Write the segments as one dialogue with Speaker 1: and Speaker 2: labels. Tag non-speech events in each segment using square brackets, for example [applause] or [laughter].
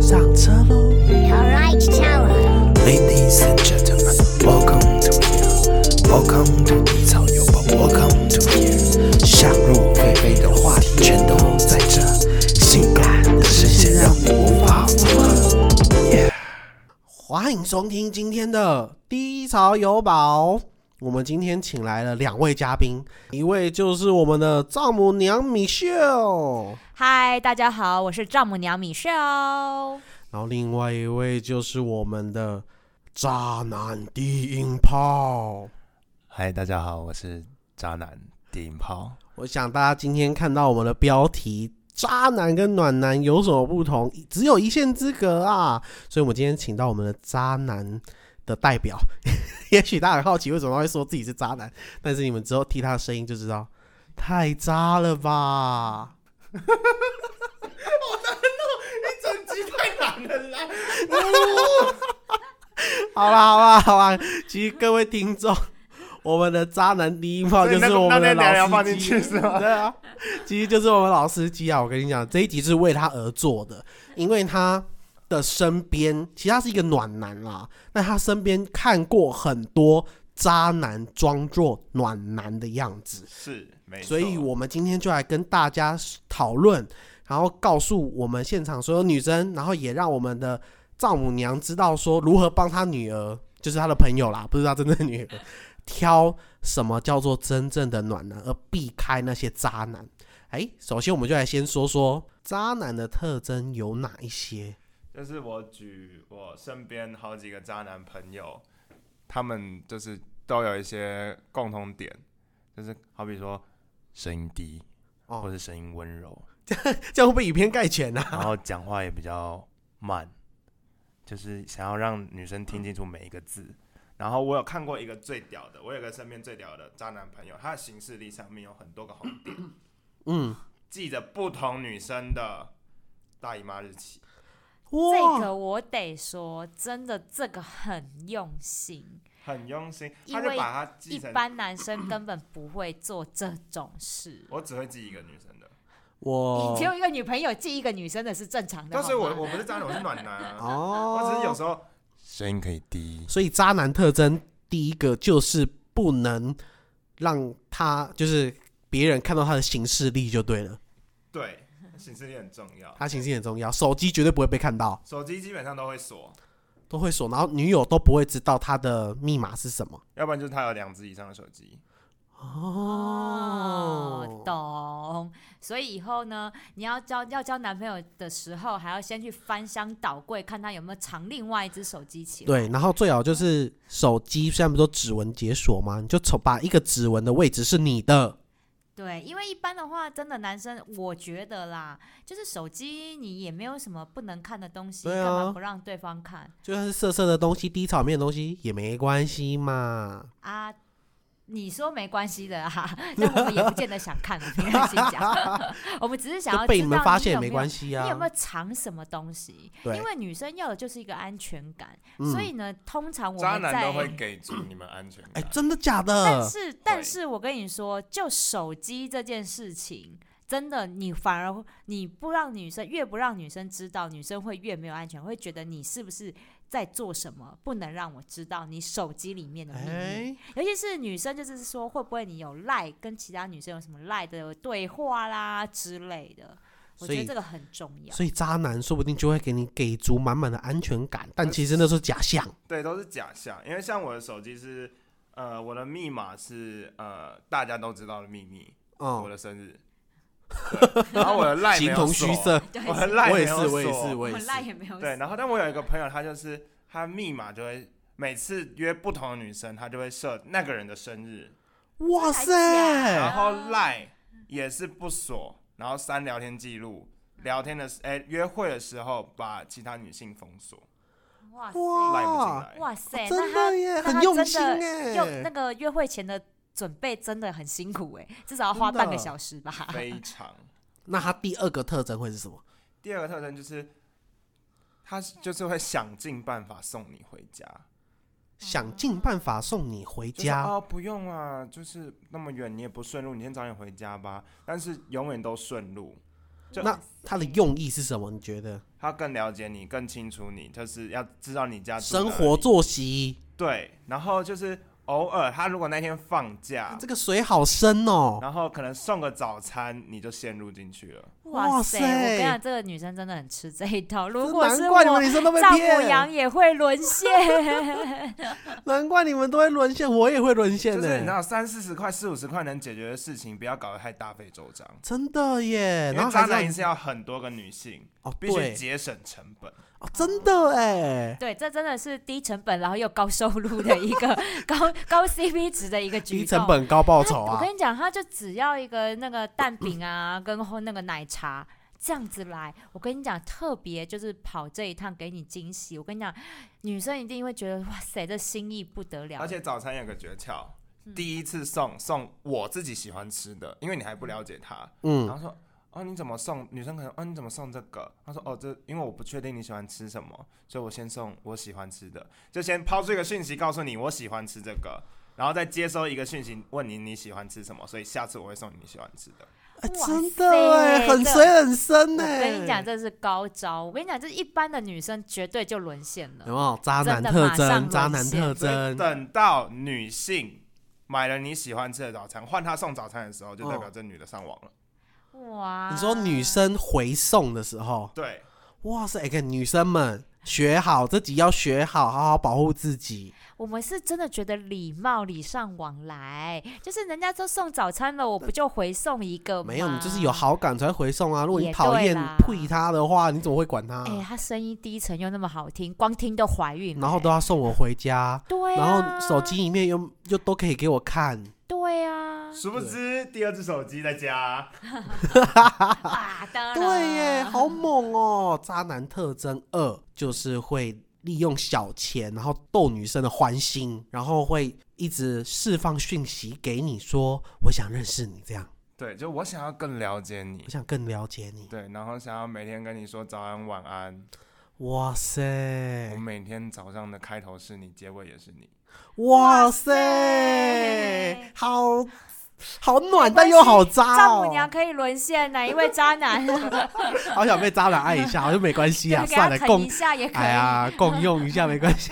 Speaker 1: 上车喽
Speaker 2: Alright, Tower.
Speaker 1: ，Ladies and gentlemen, welcome to here, welcome to 低潮有宝，welcome to here。想入非非的话题全都在这，性感的声线让你无法负荷。Yeah
Speaker 3: 欢迎收听今天的低潮有宝。我们今天请来了两位嘉宾，一位就是我们的丈母娘米秀，
Speaker 4: 嗨，大家好，我是丈母娘米秀。
Speaker 3: 然后另外一位就是我们的渣男低音炮。
Speaker 5: 嗨，大家好，我是渣男低音炮。
Speaker 3: 我想大家今天看到我们的标题“渣男跟暖男有什么不同？只有一线之隔啊！”所以，我们今天请到我们的渣男的代表。 [laughs] 也许大家很好奇，为什么他会说自己是渣男？但是你们之后听他的声音就知道，太渣了吧！
Speaker 5: 哦
Speaker 3: 好啦，好啦，好啦，其实各位听众，我们的渣男第一炮
Speaker 5: 所
Speaker 3: 就
Speaker 5: 以那
Speaker 3: 是
Speaker 5: 个
Speaker 3: 我们
Speaker 5: 那
Speaker 3: 的
Speaker 5: 那聊聊
Speaker 3: 老
Speaker 5: 放
Speaker 3: 司
Speaker 5: 进
Speaker 3: 机，
Speaker 5: 去是吗
Speaker 3: 对啊，其实就是我们老司机啊。我跟你讲，这一集是为他而做的，因为他的身边，其实他是一个暖男啦，那他身边看过很多渣男装作暖男的样子，
Speaker 5: 是，没
Speaker 3: 所以我们今天就来跟大家讨论，然后告诉我们现场所有女生，然后也让我们的丈母娘知道说如何帮她女儿，就是她的朋友啦，不是她真正的女儿，挑什么叫做真正的暖男，而避开那些渣男。哎，首先我们就来先说说渣男的特征有哪一些。
Speaker 5: 就是我举我身边好几个渣男朋友，他们就是都有一些共同点，就是好比说声音低，
Speaker 3: 哦
Speaker 5: 或是声音温柔，
Speaker 3: 这样会不会以偏概全
Speaker 5: [laughs]
Speaker 3: 呢、
Speaker 5: 然后讲话也比较慢，就是想要让女生听清楚每一个字。然后我有看过一个最屌的，我有个身边最屌的渣男朋友，他的行事历上面有很多个红点，
Speaker 3: 嗯，
Speaker 5: 记着不同女生的大姨妈日期。
Speaker 4: 这
Speaker 3: 哇，
Speaker 4: 个我得说，真的这个很用心，
Speaker 5: 很用心，
Speaker 4: 因
Speaker 5: 他
Speaker 4: 为
Speaker 5: 就把它记
Speaker 4: 一
Speaker 5: 成。
Speaker 4: 般男生根本不会做这种事。
Speaker 5: 我只会记一个女生的，
Speaker 3: 我
Speaker 4: 你只有一个女朋友记一个女生的是正常的，
Speaker 5: 哦但是
Speaker 4: 好
Speaker 5: 我
Speaker 4: 吗
Speaker 5: 我不是渣男，我是暖男啊。
Speaker 3: 哦，
Speaker 5: 我只是有时候声音可以低，
Speaker 3: 所以渣男特征第一个就是不能让他就是别人看到他的行事历就对了，
Speaker 5: 对，行事历很重要。
Speaker 3: 他行事历很重要，手机绝对不会被看到，
Speaker 5: 手机基本上都会锁，
Speaker 3: 都会锁，然后女友都不会知道他的密码是什么。
Speaker 5: 要不然就是他有两只以上的手机。
Speaker 4: 哦，懂。所以以后呢，你要交要交男朋友的时候，还要先去翻箱倒柜，看他有没有藏另外一只手机起来。
Speaker 3: 对，然后最好就是手机，虽然不是都指纹解锁吗？你就从把一个指纹的位置是你的，
Speaker 4: 对，因为一般的话，真的男生，我觉得啦，就是手机你也没有什么不能看的东西，
Speaker 3: 对啊
Speaker 4: 干嘛不让对方看
Speaker 3: 就算是色色的东西、低场面的东西也没关系嘛。
Speaker 4: 啊？你说没关系的哈、啊， [laughs] 但我们也不见得想看，我平心讲， [laughs] 我们只是想要
Speaker 3: 就被
Speaker 4: 知
Speaker 3: 们
Speaker 4: 道
Speaker 3: 发
Speaker 4: 你
Speaker 3: 现也
Speaker 4: 有
Speaker 3: 没
Speaker 4: 有
Speaker 3: 关系啊。
Speaker 4: 你有没有藏什么东西？
Speaker 3: 对
Speaker 4: 因为女生要的就是一个安全感，
Speaker 3: 嗯
Speaker 4: 所以呢，通常我
Speaker 5: 渣
Speaker 4: 们
Speaker 5: 男
Speaker 4: 在
Speaker 5: 都会给足你们安全
Speaker 3: 哎、
Speaker 5: 感。
Speaker 3: 真的假
Speaker 4: 但
Speaker 3: 的？
Speaker 4: 是，但是我跟你说，就手机这件事情，真的，你反而会你不让女生，越不让女生知道，女生会越没有安全，会觉得你是不是在做什么，不能让我知道你手机里面的秘密。
Speaker 3: 哎、
Speaker 4: 尤其是女生，就是说，会不会你有赖跟其他女生有什么赖的对话啦之类的？
Speaker 3: 所
Speaker 4: 我觉
Speaker 3: 以
Speaker 4: 得这个很重要。
Speaker 3: 所以渣男说不定就会给你给足满满的安全感，但其实那是假象。
Speaker 5: 对，都是假象，因为像我的手机是，呃，我的密码是呃大家都知道的秘密，我
Speaker 3: 嗯，
Speaker 5: 的生日。对然后我的赖
Speaker 3: 形同虚设。
Speaker 4: 对
Speaker 5: 我很赖
Speaker 3: 我
Speaker 5: 没
Speaker 3: 也是，
Speaker 5: 有
Speaker 3: 我也
Speaker 5: 锁
Speaker 3: 是，我
Speaker 4: 我
Speaker 3: 也
Speaker 4: 们
Speaker 3: 是。
Speaker 4: 赖也没有
Speaker 5: 对，然后但我有一个朋友，他就是他密码就会每次约不同的女生，他就会设那个人的生日，
Speaker 3: 哇
Speaker 4: 对
Speaker 3: 塞
Speaker 5: 然，后赖也是不锁，然后删聊天记录，聊天的时哎、约会的时候把其他女性封锁，
Speaker 4: 哇
Speaker 3: 哦
Speaker 5: 赖不进
Speaker 3: 哇，
Speaker 5: 来。
Speaker 4: 哇塞，哎那
Speaker 3: 真
Speaker 4: 他
Speaker 3: 的耶，
Speaker 4: 那
Speaker 3: 很
Speaker 4: 他
Speaker 3: 用
Speaker 4: 真
Speaker 3: 心
Speaker 4: 的用那
Speaker 3: 哎。
Speaker 4: 个约会前的准备真的很辛苦哎、 [laughs] 至少要
Speaker 3: 真
Speaker 4: 花
Speaker 3: 的
Speaker 4: 半个小时吧。
Speaker 3: [laughs]
Speaker 5: 非常。
Speaker 3: 那他第二个特征会是什么？
Speaker 4: 嗯
Speaker 5: 第二个特征就是，他是就是会想尽办法送你回家。
Speaker 3: 想尽办法送你回
Speaker 5: 就是
Speaker 3: 家，
Speaker 5: 哦，不用啦，就是那么远你也不顺路，你先早点回家吧。但是永远都顺路，就
Speaker 3: 那他的用意是什么？你觉得？
Speaker 5: 他更了解你，更清楚你，就是要知道你家住
Speaker 3: 生
Speaker 5: 哪
Speaker 3: 活
Speaker 5: 里
Speaker 3: 作息，
Speaker 5: 对，然后就是偶尔他如果那天放假，
Speaker 3: 这个水好深哦。
Speaker 5: 然后可能送个早餐，你就陷入进去了。
Speaker 4: [laughs] 哇
Speaker 3: 哇
Speaker 4: 塞！
Speaker 3: 塞
Speaker 4: 我跟你讲，这个女生真的很吃这一套。如果是
Speaker 3: 难怪你们
Speaker 4: 我，
Speaker 3: 女生都被
Speaker 4: 丈母娘
Speaker 3: 骗，
Speaker 4: 也会沦陷。 [laughs]
Speaker 3: 难怪你们都会沦陷，我也会沦陷
Speaker 5: 就是你知
Speaker 3: 呢。
Speaker 5: 道三四十块、四五十块能解决的事情，不要搞得太大费周章。
Speaker 3: 真的耶，
Speaker 5: 因
Speaker 3: 然
Speaker 5: 为
Speaker 3: 后
Speaker 5: 渣
Speaker 3: 还
Speaker 5: 男
Speaker 3: 让
Speaker 5: 一次要很多个女性，
Speaker 3: 哦，
Speaker 5: 必须
Speaker 3: 对，
Speaker 5: 节省成本。
Speaker 3: 哦，真的哎，
Speaker 4: 对，这真的是低成本，然后又高收入的一个 [laughs] 高高 CP 值的一个举动。
Speaker 3: 低成本高报
Speaker 4: 他
Speaker 3: 酬
Speaker 4: 我
Speaker 3: 啊
Speaker 4: 跟，你讲，他就只要一个那个蛋饼
Speaker 3: [coughs]
Speaker 4: 啊，跟后那个奶茶这样子来。我跟你讲，特别就是跑这一趟给你惊喜。我跟你讲，女生一定会觉得哇塞，这心意不得了。
Speaker 5: 而且早餐有个诀窍，第一次送送我自己喜欢吃的，因为你还不了解他。然
Speaker 3: 嗯，
Speaker 5: 后说哦你怎么送？女生可能哦你怎么送这个？他说哦这因为我不确定你喜欢吃什么，所以我先送我喜欢吃的，就先抛出一个讯息告诉你我喜欢吃这个。然后再接收一个讯息，问你你喜欢吃什么，所以下次我会送你你喜欢吃的。
Speaker 3: 哎
Speaker 4: 哇
Speaker 3: 真
Speaker 4: 塞
Speaker 3: 的哎，很
Speaker 4: 这
Speaker 3: 水很深
Speaker 4: 我
Speaker 3: 呢。
Speaker 4: 跟你讲，这是高招。我跟你讲，这一般的女生绝对就沦陷
Speaker 3: 有
Speaker 4: 了。
Speaker 3: 没有渣男
Speaker 4: 真的
Speaker 3: 特
Speaker 4: 马上沦
Speaker 3: 征？渣男
Speaker 4: 陷
Speaker 3: 特
Speaker 5: 所以
Speaker 3: 征，
Speaker 5: 等到女性买了你喜欢吃的早餐，换她送早餐的时候，就代表这女的上网了。
Speaker 4: 哇！
Speaker 3: 你说女生回送的时候，
Speaker 5: 对，
Speaker 3: 哇塞，哎看女生们学好自己要学好，好好保护自己。
Speaker 4: 我们是真的觉得礼貌礼尚往来，就是人家都送早餐了，我不就回送一个吗？
Speaker 3: 没有，你就是有。好感才回送啊。如果
Speaker 4: 也
Speaker 3: 你
Speaker 4: 对
Speaker 3: 讨厌
Speaker 4: 啦
Speaker 3: 呸他的话，你怎么会管他？
Speaker 4: 哎、她声音低沉又那么好听，光听都怀孕了哎
Speaker 3: 然后都要送我回家，
Speaker 4: 对、啊，
Speaker 3: 然后手机里面又又都可以给我看，
Speaker 4: 对啊，
Speaker 5: 殊不知第二只手机在家，
Speaker 4: 啊，当然
Speaker 3: 对耶，
Speaker 4: [laughs]
Speaker 3: 好猛哦！渣男特征二就是会利用小钱，然后逗女生的欢心，然后会一直释放讯息给你说我想认识你，这样
Speaker 5: 对，就我想要更了解你 [laughs]
Speaker 3: 我，想更了解你。
Speaker 5: 对，然后想要每天跟你说早安晚安，
Speaker 3: 哇
Speaker 5: 我
Speaker 3: 塞，
Speaker 5: 每天早上的开头是你，结尾也是你。
Speaker 3: 哇
Speaker 4: 塞
Speaker 3: 塞，好好暖，
Speaker 4: 关
Speaker 3: 但又
Speaker 4: 系
Speaker 3: 好渣
Speaker 4: 丈母
Speaker 3: 哦！
Speaker 4: 娘可以沦陷哪一位渣
Speaker 3: [laughs]
Speaker 4: 男？
Speaker 3: 好想被渣男爱一下，好像没关
Speaker 4: [laughs]
Speaker 3: 系啊，
Speaker 4: 给
Speaker 3: 算
Speaker 4: 他
Speaker 3: 了，
Speaker 4: 啃
Speaker 3: 共
Speaker 4: 一下也可以。
Speaker 3: 哎呀，共用一下没关系。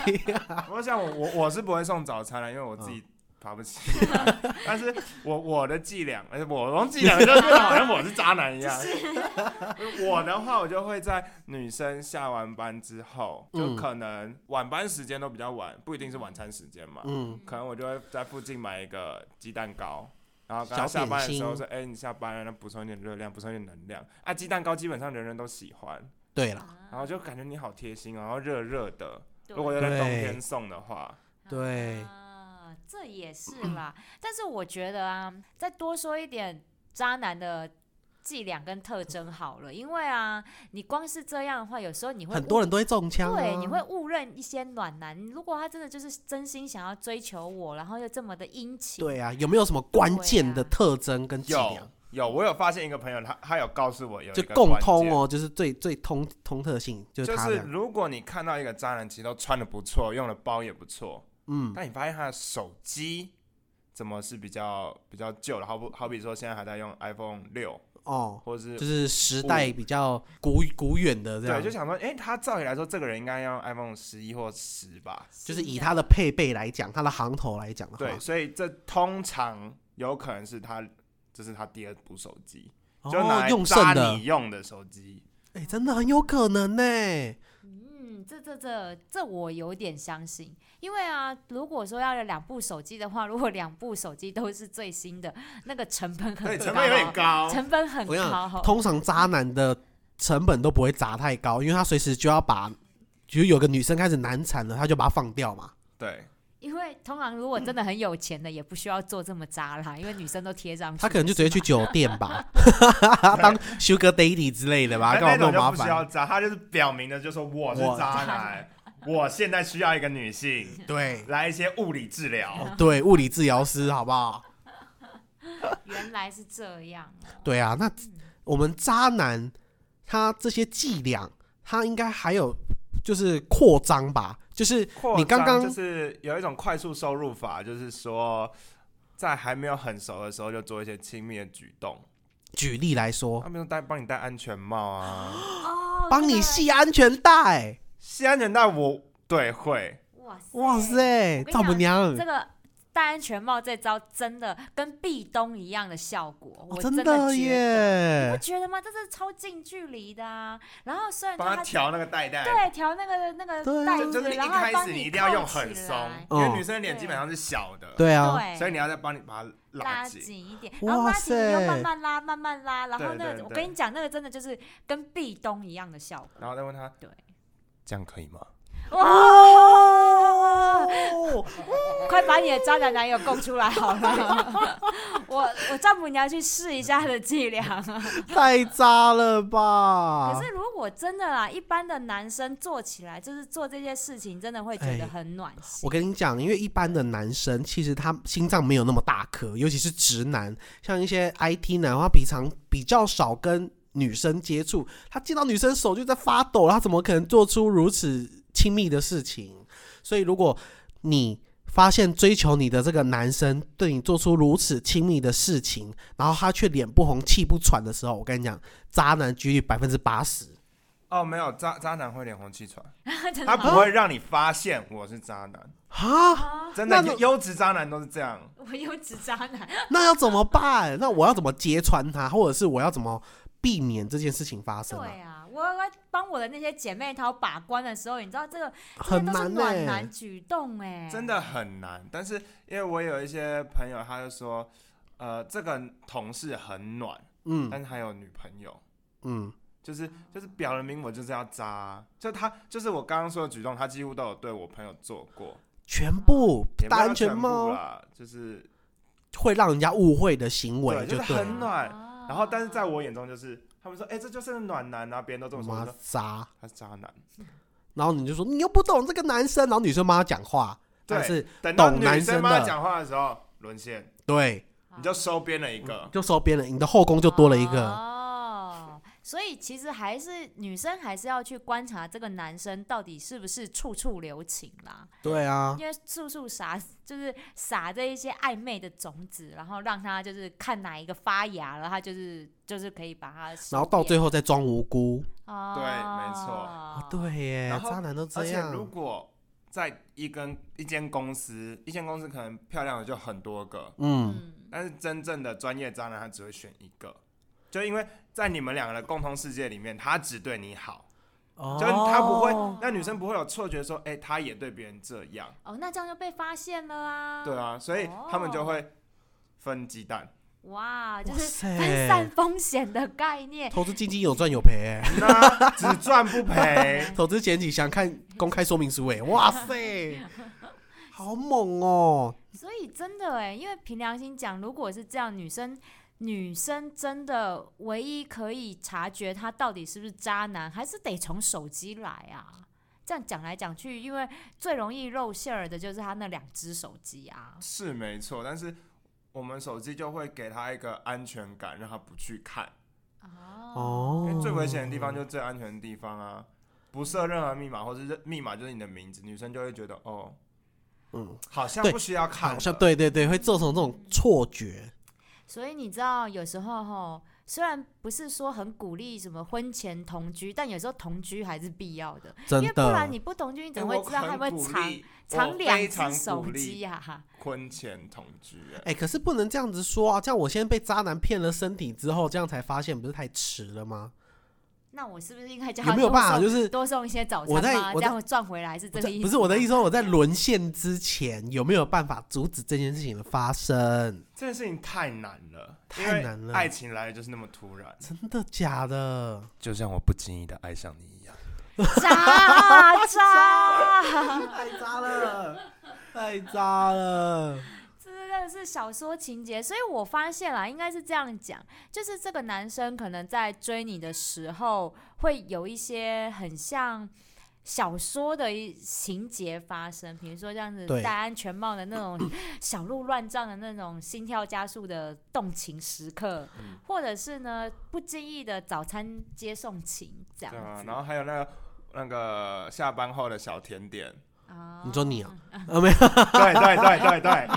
Speaker 5: 我想我我我是不会送早餐了，因为我
Speaker 3: 嗯
Speaker 5: 自己爬不起。 [laughs] 但是我我的伎俩，而且我用伎俩就变得好像我是渣男一样。 [laughs] 我的话，我就会在女生下完班之后，就
Speaker 3: 嗯
Speaker 5: 可能晚班时间都比较晚，不一定是晚餐时间嘛，
Speaker 3: 嗯，
Speaker 5: 可能我就会在附近买一个鸡蛋糕。然后刚刚下
Speaker 3: 小点
Speaker 5: 班的时候
Speaker 3: 心
Speaker 5: 说：“哎、你下班了，那补充一点热量，补充一点能量。”啊，鸡蛋糕基本上人人都喜欢，
Speaker 3: 对了，
Speaker 5: 然后就感觉你好贴心哦，然后热热的。
Speaker 4: 对
Speaker 5: 如果要在冬
Speaker 3: 对
Speaker 5: 天送的话，
Speaker 3: 对
Speaker 4: 啊，这也是啦。
Speaker 3: 嗯
Speaker 4: 但是我觉得啊，再多说一点渣男的伎俩跟特征好了，因为啊，你光是这样的话，有时候你会
Speaker 3: 很多
Speaker 4: 误
Speaker 3: 人都会中枪、啊，
Speaker 4: 对，你会误认一些暖男。如果他真的就是真心想要追求我，然后又这么的殷勤，
Speaker 3: 对啊，有没有什么关键的特征跟伎
Speaker 5: 有
Speaker 3: 俩？
Speaker 5: 有，我有发现一个朋友，他他有告诉我有一
Speaker 3: 就
Speaker 5: 个
Speaker 3: 共
Speaker 5: 关
Speaker 3: 通
Speaker 5: 键，
Speaker 3: 哦，就是最最通通特性，就是
Speaker 5: 就
Speaker 3: 他
Speaker 5: 是
Speaker 3: 俩。
Speaker 5: 如果你看到一个渣男，其实都穿的不错，用的包也不错，
Speaker 3: 嗯，
Speaker 5: 但你发现他的手机怎么是比较比较旧的，好不好比说现在还在用 iPhone 六，
Speaker 3: 哦，
Speaker 5: 或是
Speaker 3: 就是时代比较古古远的这
Speaker 5: 对，
Speaker 3: 样，
Speaker 5: 就想说，哎、他照理来说，这个人应该要用 iPhone 十一或十
Speaker 3: [laughs]
Speaker 5: 吧？
Speaker 3: 就是以他的配备来讲，他的行头来讲的
Speaker 5: 对，
Speaker 3: 话，
Speaker 5: 所以这通常有可能是他，这是他第二部手机，就拿
Speaker 3: 哦，
Speaker 5: 来
Speaker 3: 用剩
Speaker 5: 渣
Speaker 3: 的
Speaker 5: 你，用的手机。
Speaker 3: 哎、真的很有可能呢、
Speaker 4: 嗯，这这这这我有点相信，因为啊，如果说要有两部手机的话，如果两部手机都是最新的，那个成本很
Speaker 5: 对，
Speaker 3: [laughs]
Speaker 4: 高，
Speaker 5: 成
Speaker 4: 哦
Speaker 5: 本有点，高。
Speaker 4: 成本很
Speaker 3: 我跟你讲
Speaker 4: 高。哦
Speaker 3: 通常渣男的成本都不会砸太高，因为他随时就要把，就有个女生开始难产了，他就把它放掉嘛。
Speaker 5: 对，
Speaker 4: 因为通常如果真的很有钱的，也不需要做这么渣啦，因为女生都贴上去，
Speaker 3: 他可能就直
Speaker 4: 是
Speaker 3: 接去
Speaker 4: 吧
Speaker 3: 酒店吧， [laughs] 当 sugar daddy 之类的吧，
Speaker 5: 那
Speaker 3: 啊干
Speaker 5: 那
Speaker 3: 嘛那么
Speaker 5: 种就
Speaker 3: 麻
Speaker 5: 不需要
Speaker 3: 烦？
Speaker 5: 渣，他就是表明的，就说我是
Speaker 3: 我
Speaker 5: 渣男， [laughs] 我现在需要一个女 [laughs] 性
Speaker 3: 对
Speaker 5: 来一些物理治疗。
Speaker 3: 哦对，物理治疗师好不好？
Speaker 4: 原来是这样哦、
Speaker 3: 对啊，那我们渣男他这些伎俩，他应该还有就是扩张吧，就是
Speaker 5: 扩
Speaker 3: 你刚
Speaker 5: 张
Speaker 3: 刚
Speaker 5: 就是有一种快速收入法，就是说在还没有很熟的时候就做一些亲密的举动，
Speaker 3: 举例来说
Speaker 5: 他，们都戴帮你戴安全帽啊，
Speaker 4: 哦，
Speaker 3: 帮你系安全带，
Speaker 5: 系安全带我对会，
Speaker 4: 哇塞
Speaker 3: 哇！塞，
Speaker 4: 跟你
Speaker 3: 丈母
Speaker 4: 讲
Speaker 3: 娘
Speaker 4: 这，个戴安全帽这招真的跟壁咚一样的效果，
Speaker 3: 哦
Speaker 4: 我
Speaker 3: 真的
Speaker 4: 的觉得你不
Speaker 3: 耶，
Speaker 4: 觉得吗？这是超近距离的啊。然后虽然说
Speaker 5: 帮他
Speaker 4: 他是
Speaker 5: 调那个带带，
Speaker 4: 对调那个那个
Speaker 3: 对啊
Speaker 4: 带
Speaker 5: 就就是
Speaker 4: 子，
Speaker 5: 你
Speaker 4: 然
Speaker 5: 一
Speaker 4: 后还
Speaker 5: 开
Speaker 4: 帮
Speaker 5: 始你一定
Speaker 4: 扣
Speaker 5: 要用很
Speaker 4: 起
Speaker 5: 松
Speaker 4: 来，
Speaker 5: 因为
Speaker 3: 嗯
Speaker 5: 女生的脸
Speaker 4: 对
Speaker 5: 基本上是小的，，
Speaker 3: 对啊，
Speaker 4: 对，
Speaker 5: 所以你要再帮你把它
Speaker 4: 拉
Speaker 5: 拉紧。
Speaker 4: 紧一点，然后
Speaker 3: 哇
Speaker 4: 拉紧你又慢
Speaker 3: 塞
Speaker 4: 慢拉，慢慢拉，然后
Speaker 5: 对
Speaker 4: 那
Speaker 5: 对
Speaker 4: 个我
Speaker 5: 对
Speaker 4: 跟你讲，那个真的就是跟壁咚一样的效果。
Speaker 5: 然后再问他，
Speaker 4: 对，
Speaker 5: 这样可以吗？
Speaker 4: 哇！快把你的渣男男友供出来好了， [laughs] 我我丈母娘去试一下他的伎俩啊。
Speaker 3: [laughs] 太渣了吧？
Speaker 4: 可是如果真的啦，一般的男生做起来就是做这些事情，真的会觉
Speaker 3: 哎
Speaker 4: 得很暖心
Speaker 3: 我。跟你讲，因为一般的男生其实他心脏没有那么大颗，尤其是直男，像一些 IT 男，他平常比较少跟女生接触，他见到女生手就在发抖，他怎么可能做出如此亲密的事情？所以，如果你发现追求你的这个男生对你做出如此亲密的事情，然后他却脸不红气不喘的时候，我跟你讲，渣男几率百分之八十。
Speaker 5: 哦，没有，渣渣男会脸红气喘，
Speaker 4: 真的
Speaker 5: 他
Speaker 4: 吗
Speaker 5: 啊不会让你发现我是渣男，
Speaker 3: 哈，
Speaker 4: 哦
Speaker 5: 真
Speaker 3: 那
Speaker 5: 的
Speaker 3: 那
Speaker 5: 优质渣男都是这样。
Speaker 4: 我又指渣男，
Speaker 3: [laughs] 那要怎么办？那我要怎么揭穿他，或者是我要怎么避免这件事情发生、啊？
Speaker 4: 对啊，我我帮我的那些姐妹淘把关的时候，你知道这个这
Speaker 3: 很
Speaker 4: 些都是
Speaker 3: 难呢、欸
Speaker 4: 暖男举动哎、
Speaker 5: 真的很难。但是因为我有一些朋友，他就说，呃，这个同事很暖，
Speaker 3: 嗯
Speaker 5: 但是还有女朋友，
Speaker 3: 嗯，
Speaker 5: 就是就是表了明我就是要渣啊，就他就是我刚刚说的举动，他几乎都有对我朋友做过，
Speaker 3: 全部
Speaker 5: 也不
Speaker 3: 戴
Speaker 5: 要
Speaker 3: 安
Speaker 5: 全
Speaker 3: 全
Speaker 5: 部
Speaker 3: 帽啊
Speaker 5: 啦，就是
Speaker 3: 会让人家误会的行为
Speaker 5: 对，就是
Speaker 3: 对
Speaker 5: 很
Speaker 3: 了，
Speaker 5: 暖。
Speaker 4: 啊
Speaker 5: 然后，但是在我眼中，就是他们说，哎、这就是暖男啊，别人都这么说，我
Speaker 3: 妈
Speaker 5: 说
Speaker 3: 渣。
Speaker 5: 他是渣男。
Speaker 3: 然后你就说你又不懂这个男生，然后女生帮他讲话，但
Speaker 5: 对，
Speaker 3: 是
Speaker 5: 等到
Speaker 3: 懂
Speaker 5: 女
Speaker 3: 男
Speaker 5: 生
Speaker 3: 生
Speaker 5: 帮他
Speaker 3: 的
Speaker 5: 讲话的时候，沦陷，
Speaker 3: 对，
Speaker 5: 你就收编了一个。
Speaker 3: 就收编了，你的后宫就多了一个。
Speaker 4: 哦，所以其实还是女生还是要去观察这个男生到底是不是处处留情啦，
Speaker 3: 对啊，
Speaker 4: 因为处处撒就是撒着一些暧昧的种子，然后让他就是看哪一个发芽了，他就是就是可以把它收编，
Speaker 3: 然后到最后再装无辜。
Speaker 4: 哦，
Speaker 5: 对没错
Speaker 3: 啊对耶
Speaker 5: 然，后
Speaker 3: 渣男都
Speaker 5: 而
Speaker 3: 这
Speaker 5: 且如
Speaker 3: 样。
Speaker 5: 果在一根一间公司，一间公司可能漂亮的就很多个，
Speaker 3: 嗯，
Speaker 4: 嗯，
Speaker 5: 但是真正的专业渣男他只会选一个，就因为在你们两个的共同世界里面，他只对你好，
Speaker 3: 哦
Speaker 5: 就是他不会，那女生不会有错觉说，哎、他也对别人这样，
Speaker 4: 哦，那这样就被发现了啊，
Speaker 5: 对，啊，所以他们就会分鸡
Speaker 3: [laughs]
Speaker 5: 蛋。
Speaker 4: 哇，就
Speaker 3: 哇
Speaker 4: 是
Speaker 3: 塞
Speaker 4: 分散风险的概念，
Speaker 3: 投资基金有赚有赔耶。
Speaker 5: 那只赚不赔，
Speaker 3: 投资前几想看公开说明书，哎，哇
Speaker 4: [laughs]
Speaker 3: 塞，好猛哦！
Speaker 4: 所以真的哎，因为凭良心讲，如果是这样，女生女生真的唯一可以察觉他到底是不是渣男，还是得从手机来啊。这样讲来讲去，因为最容易露馅儿的就是他那两只手机啊。
Speaker 5: 是没错，但是我们手机就会给他一个安全感，让他不去看。因为
Speaker 4: 哎
Speaker 3: 哦，
Speaker 5: 最危险的地方就是最安全的地方啊！不设任何密码，或是任密码就是你的名字，女生就会觉得哦，
Speaker 3: 嗯，
Speaker 5: 好像
Speaker 3: 对
Speaker 5: 不需要看了，
Speaker 3: 好像对对对，会造成这种错觉，
Speaker 4: 所以你知道，有时候吼，虽然不是说很鼓励什么婚前同居，但有时候同居还是必要的，
Speaker 3: 真
Speaker 4: 因为不然
Speaker 3: 的
Speaker 4: 你不同居，你
Speaker 5: 哎。
Speaker 4: 怎么会
Speaker 5: 我
Speaker 4: 知道他
Speaker 5: 很
Speaker 4: 会
Speaker 5: 鼓
Speaker 4: 藏
Speaker 5: 励
Speaker 4: 藏
Speaker 5: 哎我
Speaker 4: 两
Speaker 5: 非常
Speaker 4: 只手
Speaker 5: 鼓励
Speaker 4: 机啊？
Speaker 5: 婚前同居、哎
Speaker 3: 哎、可是不能这样子说啊！这样我先被渣男骗了身体之后，这样才发现，不是太迟了吗？
Speaker 4: 那我是不是应该叫
Speaker 3: 有
Speaker 4: 他
Speaker 3: 没有
Speaker 4: 多
Speaker 3: 办法？
Speaker 4: 送
Speaker 3: 就是
Speaker 4: 多送一些早
Speaker 3: 我
Speaker 4: 餐
Speaker 3: 在
Speaker 4: 吗？
Speaker 3: 我在
Speaker 4: 这样赚回来是
Speaker 3: 我
Speaker 4: 这个
Speaker 3: 在
Speaker 4: 意思？
Speaker 3: 不是我的意思，说，我在沦陷之前有没有办法阻止这件事情的发生？
Speaker 5: 这件事情太难了，
Speaker 3: 太
Speaker 5: 因为
Speaker 3: 难了
Speaker 5: 爱情来的就是那么突然，
Speaker 3: 真的假的？
Speaker 5: 就像我不经意的爱上你一样。
Speaker 4: [laughs]
Speaker 3: [laughs]
Speaker 4: 渣渣，
Speaker 3: 太渣了，太渣了！
Speaker 4: 这真的是小说情节。所以我发现啦，应该是这样讲，就是这个男生可能在追你的时候，会有一些很像。小说的一情节发生，比如说这样子
Speaker 3: 对
Speaker 4: 戴安全帽的那
Speaker 3: [laughs]
Speaker 4: 种小鹿乱撞的那种心跳加速的动情时刻，
Speaker 5: 嗯
Speaker 4: 或者是呢不经意的早餐接送情这样
Speaker 5: 对
Speaker 4: 子。
Speaker 5: 啊，然后还有那个那个下班后的小甜点，
Speaker 4: 啊
Speaker 3: 你说你啊、啊，没有， [laughs]
Speaker 5: 对对对对对，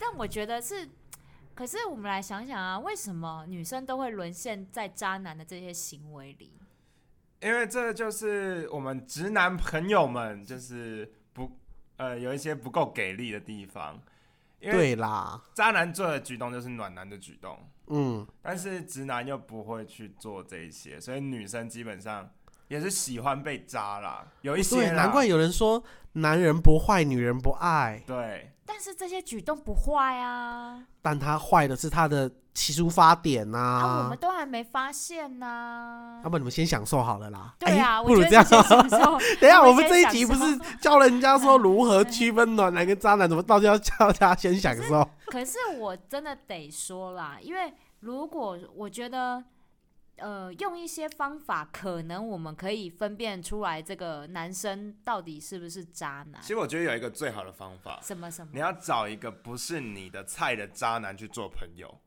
Speaker 4: 但我觉得是可是我们来想想啊，为什么女生都会沦陷在渣男的这些行为里？
Speaker 5: 因为这就是我们直男朋友们就是不呃有一些不够给力的地方，因为
Speaker 3: 对啦，
Speaker 5: 渣男做的举动就是暖男的举动，
Speaker 3: 嗯，
Speaker 5: 但是直男又不会去做这一些，所以女生基本上也是喜欢被渣啦，有一些
Speaker 3: 对，
Speaker 5: 啦
Speaker 3: 难怪有人说男人不坏，女人不爱，
Speaker 5: 对
Speaker 4: 但是这些举动不坏啊，
Speaker 3: 但他坏的是他的起出发点呐、
Speaker 4: 啊我
Speaker 3: 啊
Speaker 4: 们。都还没发现呢、
Speaker 3: 要不然你们先享受好了啦。
Speaker 4: 对啊，
Speaker 3: 哎
Speaker 4: 我
Speaker 3: 不如
Speaker 4: 觉得
Speaker 3: 这样。
Speaker 4: 是
Speaker 3: [laughs]
Speaker 4: 先享受
Speaker 3: 等一下，
Speaker 4: 我
Speaker 3: 我
Speaker 4: 们
Speaker 3: 们这
Speaker 4: 先
Speaker 3: 一集不
Speaker 4: 享受
Speaker 3: 是教人家说如何区分暖男跟渣男，怎么到底要教大家先享
Speaker 4: [laughs]
Speaker 3: 受？
Speaker 4: 可是我真的得说啦，因为如果我觉得，呃，用一些方法，可能我们可以分辨出来这个男生到底是不是渣男
Speaker 5: 其，实我觉得有一个最好的方法，
Speaker 4: 什么什么
Speaker 5: 你。要找一个不是你的菜的渣男去做朋友。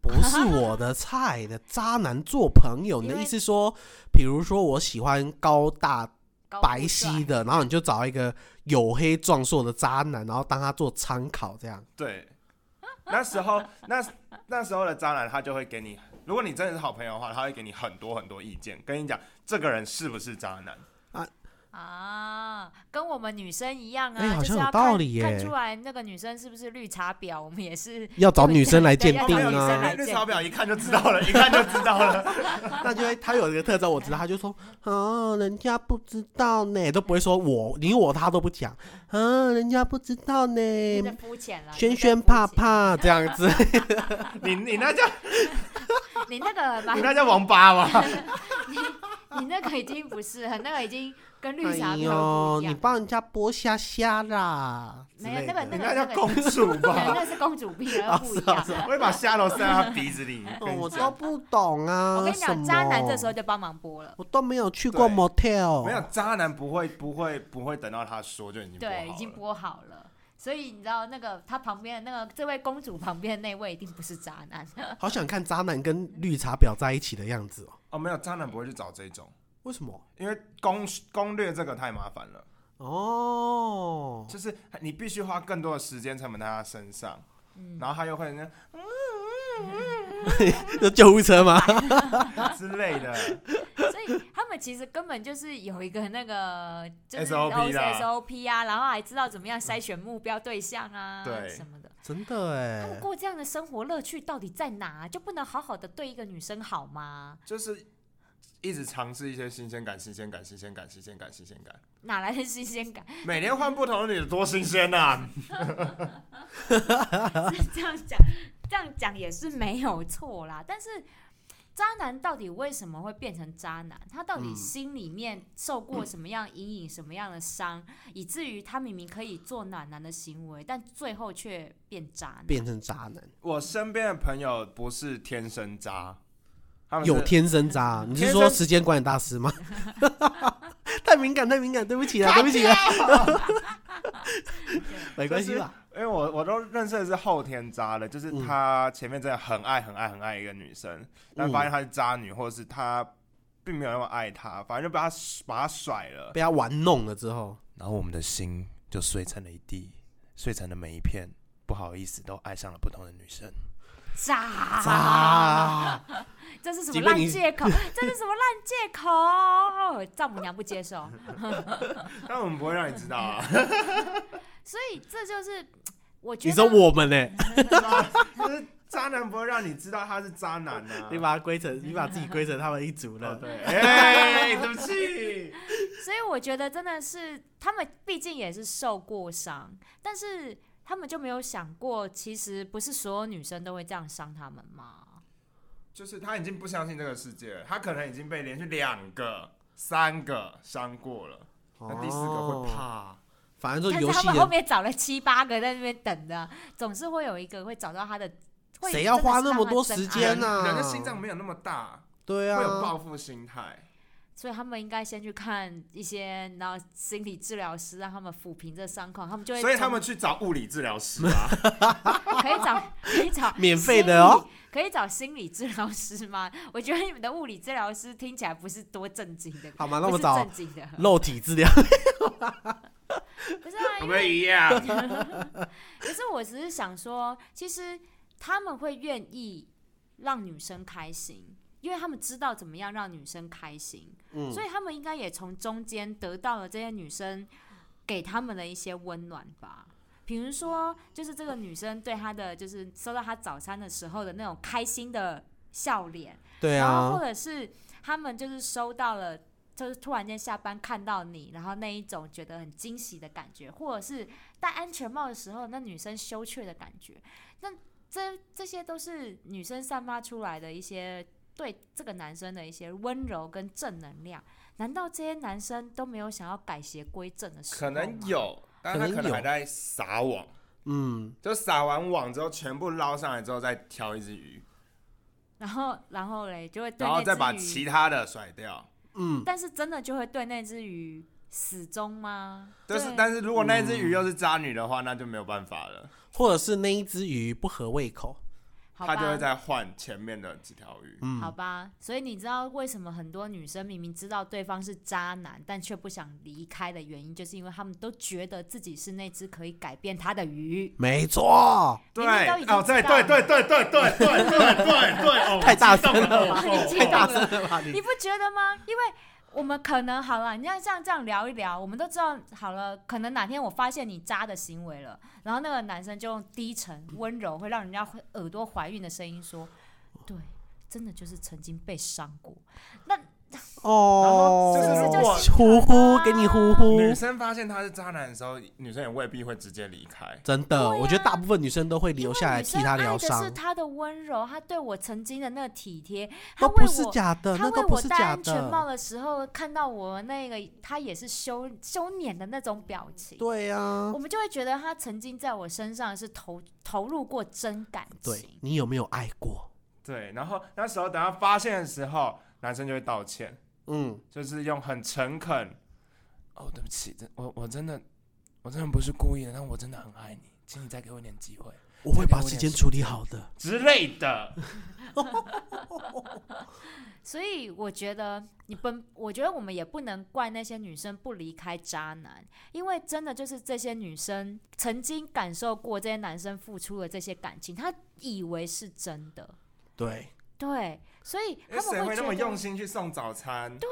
Speaker 3: 不是我的菜的渣男做朋友，你的
Speaker 4: 因为
Speaker 3: 意思说，比如说我喜欢高大
Speaker 4: 高
Speaker 3: 白
Speaker 4: 富帅
Speaker 3: 皙
Speaker 4: [laughs]
Speaker 3: 的，然后你就找一个黝黑壮硕的渣男，然后当他做参考，这样
Speaker 5: 对，那时候 [laughs] 那那时候的渣男他就会给你，如果你真的是好朋友的话，他会给你很多很多意见，跟你讲这个人是不是渣男。
Speaker 4: 啊，跟我们女生一样啊，
Speaker 3: 哎好
Speaker 4: 就是
Speaker 3: 像有
Speaker 4: 要
Speaker 3: 道
Speaker 4: 看
Speaker 3: 理耶
Speaker 4: 看出来那个女生是不是绿茶婊， [laughs] 我们也是
Speaker 3: 要找女生来鉴
Speaker 4: 对
Speaker 5: 哦
Speaker 3: 定
Speaker 5: 还有
Speaker 4: 要
Speaker 5: 女
Speaker 4: 找
Speaker 5: 生
Speaker 3: 啊
Speaker 4: 来。
Speaker 5: 来绿茶婊一看就知道了，一 [laughs] 看就知道了。
Speaker 4: [laughs]
Speaker 3: 那就会他有一个特征，我知道，他就说，啊，人家不知道呢，都不会说我你我他都不讲，啊，人家不知道呢，
Speaker 4: 有点肤浅了，
Speaker 3: 轩
Speaker 4: 有点
Speaker 3: 轩
Speaker 4: 肤
Speaker 3: 怕
Speaker 4: 浅，
Speaker 3: 怕这样
Speaker 4: [laughs]
Speaker 3: 子，
Speaker 5: 你你那叫
Speaker 3: 嗯
Speaker 4: 你那个
Speaker 5: 你
Speaker 4: 蛮
Speaker 5: 那叫王八吧？
Speaker 4: 你那个已经不是很，那个已经跟绿茶
Speaker 3: 哎
Speaker 4: 婊
Speaker 3: 呦
Speaker 4: 不，一
Speaker 3: 你
Speaker 4: 样。
Speaker 3: 帮人家剥虾虾啦，之
Speaker 4: 没有
Speaker 3: 类
Speaker 4: 那个
Speaker 3: 的哦
Speaker 5: 你那
Speaker 4: 那个
Speaker 5: 叫公主
Speaker 4: [laughs] 对，那
Speaker 5: 吧？
Speaker 4: 个是公主病，那个不一
Speaker 3: 啊
Speaker 4: 样。
Speaker 5: 我
Speaker 4: [laughs]
Speaker 5: 会把虾头塞到他鼻子里。
Speaker 4: 哦
Speaker 5: 跟你
Speaker 3: 我
Speaker 5: 讲
Speaker 3: 都不懂啊！
Speaker 4: 我跟你
Speaker 3: 什
Speaker 4: 讲，
Speaker 3: 么
Speaker 4: 渣男这时候就帮忙播了，
Speaker 3: 我都没有去过
Speaker 5: 对
Speaker 3: motel，
Speaker 5: 没有渣男不会不会不会等到他说就已经
Speaker 4: 对，已经
Speaker 5: 不
Speaker 4: 播好了。所以你知道那个他旁边的那个这位公主旁边的那位一定不是渣男，
Speaker 3: 好想看渣男跟绿茶婊在一起的样子哦。
Speaker 5: 哦，没有渣男不会去找这种，
Speaker 3: 为什么？
Speaker 5: 因为攻攻略这个太麻烦了。
Speaker 3: 哦，
Speaker 5: 就是你必须花更多的时间成本在他身上，
Speaker 4: 嗯
Speaker 5: 然后他又会那
Speaker 3: 这救护车
Speaker 4: [laughs]
Speaker 3: 吗？
Speaker 5: 之类的，
Speaker 4: 所以他们其实根本就是有一个那个就是哦
Speaker 5: SOP 啦
Speaker 4: SOP 啊，然后还知道怎么样筛选目标对象啊，
Speaker 5: 对
Speaker 4: 什么的。
Speaker 3: 真的
Speaker 4: 他们
Speaker 3: 哎，
Speaker 4: 过这样的生活乐趣到底在哪？啊就不能好好的对一个女生好吗？
Speaker 5: 就是一直尝试一些新鲜感、新鲜感、新鲜感、新鲜感、新鲜感，
Speaker 4: 哪来的新鲜感？
Speaker 5: 每天换不同的女的多新鲜啊呐、
Speaker 4: 这样讲，这样讲也是没有错啦。但是，渣男到底为什么会变成渣男？他到底
Speaker 3: 嗯
Speaker 4: 心里面受过什么样阴影、什么样的伤，以至于他明明可以做暖男的行为，但最后却变渣男？
Speaker 3: 变成渣男，
Speaker 5: 我身边的朋友不是天生渣，他们是
Speaker 3: 有天生渣？啊你是
Speaker 5: 天
Speaker 3: 说
Speaker 5: 生
Speaker 3: 时间管理大
Speaker 5: [laughs]
Speaker 3: 师吗？太敏感，太敏感，对不起啦，对不起啦，
Speaker 5: [laughs]
Speaker 3: 没关系啦。
Speaker 5: 因为我我都认识的是后天渣的，就是
Speaker 3: 嗯
Speaker 5: 他前面真的很爱很爱很爱一个女生，
Speaker 3: 嗯
Speaker 5: 但发现她是渣女，或者是他并没有那么爱她，反正就把她把她甩了。
Speaker 3: 被他玩弄了之后，
Speaker 5: 然后我们的心就碎成了一地，碎成了每一片。不好意思，都爱上了不同的女生。啊
Speaker 4: 渣，
Speaker 3: 渣，
Speaker 4: 这是什么
Speaker 3: 即便
Speaker 4: 烂
Speaker 3: 你
Speaker 4: 借口？这是什么烂借口？丈母娘不
Speaker 3: [laughs]
Speaker 4: 接受。
Speaker 5: [laughs] 但我们不会让你知道啊。
Speaker 4: 所以这就是嗯我觉
Speaker 3: 你
Speaker 4: 得
Speaker 3: 说我们呢？
Speaker 5: 啊就是渣男不会让你知道他是渣男啊。
Speaker 3: 你把他归成，你把自己归成他们一族
Speaker 5: 哦
Speaker 3: 了。
Speaker 5: 对，哎、对不起。
Speaker 4: 所以我觉得真的是他们毕竟也是受过伤，但是他们就没有想过，其实不是所有女生都会这样伤他们吗？
Speaker 5: 就是他已经不相信这个世界了，他可能已经被连续两个、三个伤过了，那第四个会
Speaker 3: 哦，
Speaker 5: 怕。
Speaker 3: 反正说
Speaker 4: 但是
Speaker 3: 游
Speaker 4: 他
Speaker 3: 戏
Speaker 4: 们后
Speaker 3: 人
Speaker 4: 面找了七八个在那边等的，总是会有一个会找到他的。会
Speaker 3: 谁要
Speaker 4: 真的是
Speaker 3: 花那么
Speaker 4: 他们
Speaker 3: 多
Speaker 4: 真
Speaker 3: 时
Speaker 4: 爱
Speaker 3: 间天哪
Speaker 5: 哎人的心脏没有那么大，
Speaker 3: 对
Speaker 5: 会有
Speaker 3: 啊，
Speaker 5: 报复心态。
Speaker 4: 所以他们应该先去看一些，然后心理治疗师让他们抚平这伤口，他们就会
Speaker 5: 所以他
Speaker 4: 从
Speaker 5: 们去找物理治疗师啊，
Speaker 4: 可以
Speaker 3: [laughs]
Speaker 4: 找可以找
Speaker 3: 免费的哦
Speaker 4: 心理，可以找心理治疗师吗？我觉得你们的物理治疗师听起来不是多正经的，
Speaker 3: 好啊嘛那我们
Speaker 4: 不是
Speaker 3: 找
Speaker 4: 正经的，
Speaker 3: 肉体治疗，
Speaker 4: 不是啊，
Speaker 5: 我
Speaker 4: 因为
Speaker 5: 们一样。
Speaker 4: 可是我只是想说，其实他们会愿意让女生开心，因为他们知道怎么样让女生开心，
Speaker 3: 嗯
Speaker 4: 所以他们应该也从中间得到了这些女生给他们的一些温暖吧。比如说，就是这个女生对他的，就是收到他早餐的时候的那种开心的笑脸，
Speaker 3: [laughs] 对
Speaker 4: 然后
Speaker 3: 啊
Speaker 4: 或，者是他们就是收到了，就是突然间下班看到你，然后那一种觉得很惊喜的感觉，或者是戴安全帽的时候那女生羞怯的感觉，那这这些都是女生散发出来的一些对这个男生的一些温柔跟正能量。难道这些男生都没有想要改邪归正的时候
Speaker 5: 可能
Speaker 4: 吗，
Speaker 5: 有，但他
Speaker 3: 可能
Speaker 5: 可能还
Speaker 3: 有
Speaker 5: 在撒网，
Speaker 3: 嗯，
Speaker 5: 就撒完网之后全部捞上来之后再挑一只鱼，
Speaker 4: 然后然后嘞就会对
Speaker 5: 然后
Speaker 4: 那
Speaker 5: 再把
Speaker 4: 只
Speaker 5: 其
Speaker 4: 鱼，
Speaker 5: 他的甩掉。
Speaker 4: 但是真的就会对那只鱼死忠吗？
Speaker 5: 就是
Speaker 4: 对，
Speaker 5: 但是如果那只鱼又是渣女的话，那就没有办法了，
Speaker 3: 或者是那一只鱼不合胃口，
Speaker 4: 好
Speaker 5: 他就
Speaker 4: 吧
Speaker 5: 会再换前面的几条鱼。
Speaker 3: 嗯
Speaker 4: 好吧，所以你知道为什么很多女生明明知道对方是渣男，但却不想离开的原因，就是因为她们都觉得自己是那只可以改变他的鱼。
Speaker 3: 没错，
Speaker 5: 对，
Speaker 4: 明明都已经
Speaker 5: 哦，对
Speaker 4: 知道
Speaker 5: 对
Speaker 4: 了
Speaker 5: 对对对对对对对对，哦，
Speaker 3: 太大声
Speaker 5: 我激动
Speaker 3: 了
Speaker 5: 了，
Speaker 3: 吧，
Speaker 5: 哦
Speaker 4: 你激
Speaker 3: 太
Speaker 4: 动
Speaker 3: 大
Speaker 4: 了
Speaker 3: 声了吧你
Speaker 4: 你。不觉得吗？因为我们可能好了，你像这样这样聊一聊，我们都知道好了，可能哪天我发现你渣的行为了，然后那个男生就用低沉温柔会让人家会耳朵怀孕的声音说：“对，真的就是曾经被伤过。”那
Speaker 3: 哦，
Speaker 5: 然后就是如果
Speaker 3: 呼呼，给你呼呼，
Speaker 5: 女生发现他是渣男的时候，女生也未必会直接离开。
Speaker 3: 真的，我觉得大部分女生都会留下来哎替他疗
Speaker 4: 因为女生
Speaker 3: 伤
Speaker 4: 爱的啊是，他的温柔，他对我曾经的那个体贴，他
Speaker 3: 都
Speaker 4: 为
Speaker 3: 不是
Speaker 4: 我。
Speaker 3: 假的，
Speaker 4: 他
Speaker 3: 呃那
Speaker 4: 为
Speaker 3: 都不
Speaker 4: 我
Speaker 3: 是
Speaker 4: 戴
Speaker 3: 假
Speaker 4: 安全帽
Speaker 3: 的。
Speaker 4: 的时候，看到我那个，他也是羞羞赧的那种表情，
Speaker 3: 对啊呀
Speaker 4: 我，们就会觉得他曾经在我身上是投投入过真感
Speaker 3: 对
Speaker 4: 情。
Speaker 3: 你有没有爱过？
Speaker 5: 对，然后那时候等他发现的时候，男生就会道歉，
Speaker 3: 嗯，
Speaker 5: 就是用很诚恳。哦，对不起，真我我真的我真的不是故意的，但我真的很爱你，请你再给我一点机会
Speaker 3: 我会把时间处理好的。
Speaker 5: 之类的。
Speaker 4: 所以我觉得你本，我觉得我们也不能怪那些女生不离开渣男，因为真的就是这些女生曾经感受过这些男生付出的这些感情，她以为是真的。
Speaker 3: 对，
Speaker 4: 对，所以
Speaker 5: 因
Speaker 4: 他
Speaker 5: 为谁会
Speaker 4: 们会
Speaker 5: 那
Speaker 4: 觉
Speaker 5: 么
Speaker 4: 得
Speaker 5: 用心去送早餐？对，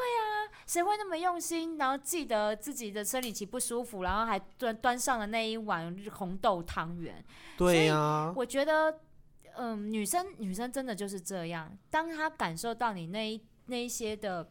Speaker 4: 谁会那么用心，然后记得自己的生理期不舒服，然后还端端上了那一碗红豆汤圆。
Speaker 3: 对呀，
Speaker 4: 我觉得，嗯，女生女生真的就是这样，当她感受到你那一那一些的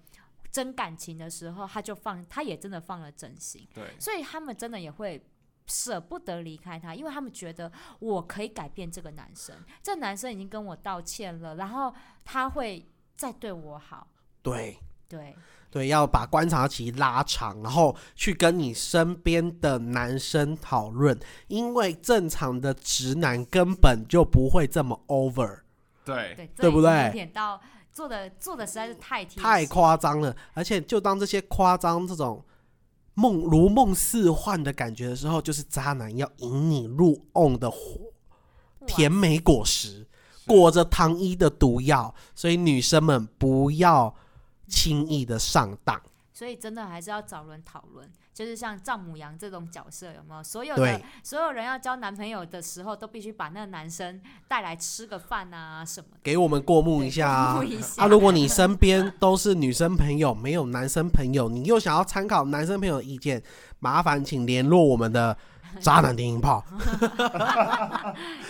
Speaker 4: 真感情的时候，她就放，她也真的放了真心，所以他们真的也会。舍不得离开他，因为他们觉得我可以改变这个男生，这男生已经跟我道歉了，然后他会再对我好，
Speaker 3: 对
Speaker 4: 对，
Speaker 3: 对，要把观察期拉长，然后去跟你身边的男生讨论，因为正常的直男根本就不会这么 over。
Speaker 5: 对
Speaker 4: 对，
Speaker 3: 对不
Speaker 4: 这已经
Speaker 3: 对
Speaker 4: 有点到做的做的实在是太贴
Speaker 3: 太
Speaker 4: 心
Speaker 3: 夸张了，而且就当这些夸张这种梦如梦似幻的感觉的时候，就是渣男要引你入瓮的火
Speaker 4: 哇
Speaker 3: 甜美果实，裹着糖衣的毒药，所以女生们不要轻易的上当。
Speaker 4: 所以真的还是要找人讨论，就是像丈母娘这种角色有没有？所有的
Speaker 3: 对
Speaker 4: 所有人要交男朋友的时候，都必须把那个男生带来吃个饭啊什么的。
Speaker 3: 给我们过目
Speaker 4: 对
Speaker 3: 一下啊
Speaker 4: 过目一！下
Speaker 3: 啊，如果你身边都是女生朋友，没有男生朋友，你又想要参考男生朋友的意见，麻烦请联络我们的渣男电音炮。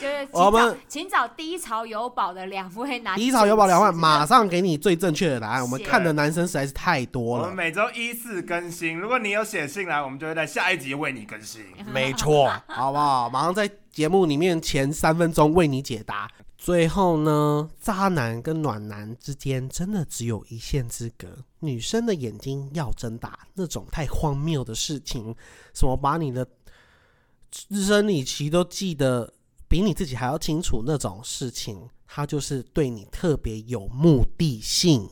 Speaker 4: 就是请
Speaker 3: 我
Speaker 4: 找
Speaker 3: 们
Speaker 4: 请找低潮有宝的两位男，
Speaker 3: 低潮有宝两万，马上给你最正确的答案。我们
Speaker 4: 是
Speaker 3: 看的男生实在是太多
Speaker 5: 我们
Speaker 3: 了，
Speaker 5: 每周一四更新，如果你有写信来，我们就会在下一集为你更新。
Speaker 3: 没错，好不好？马上在节目里面前三分钟为你解答。最后呢，渣男跟暖男之间真的只有一线之隔。女生的眼睛要睁大，那种太荒谬的事情，什么把你的生理期都记得比你自己还要清楚那种事情，它就是对你特别有目的性。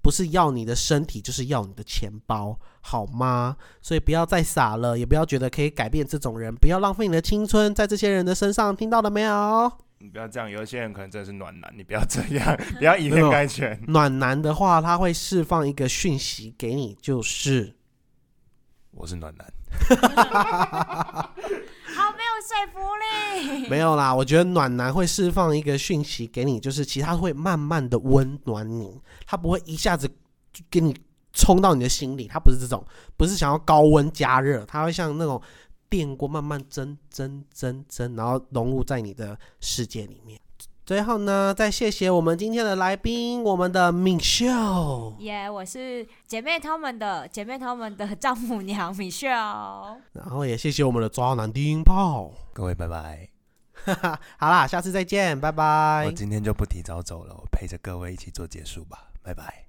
Speaker 3: 不是要你的身体，就是要你的钱包，好吗？所以不要再傻了，也不要觉得可以改变这种人，不要浪费你的青春在这些人的身上，听到了没有？
Speaker 5: 你不要这样，有一些人可能真的是暖男，你不要这样， [laughs] 不要以偏概全。
Speaker 3: 暖男的话，他会释放一个讯息给你，就是
Speaker 5: 我是暖男，
Speaker 4: [laughs] 好没有说服力。 [laughs]
Speaker 3: 没有啦，我觉得暖男会释放一个讯息给你，就是其实他会慢慢的温暖你，他不会一下子就给你冲到你的心里，他不是这种，不是想要高温加热，他会像那种电锅慢慢蒸蒸蒸蒸，然后融入在你的世界里面。最后呢，再谢谢我们今天的来宾，我们的敏秀。
Speaker 4: 耶我是姐妹她们的姐妹她们的丈母娘米秀，
Speaker 3: 然后也谢谢我们的抓男丁炮。
Speaker 5: 各位拜拜。
Speaker 3: [laughs] 好啦，下次再见，拜拜
Speaker 5: 我。今天就不提早走了，我陪着各位一起做结束吧，拜拜。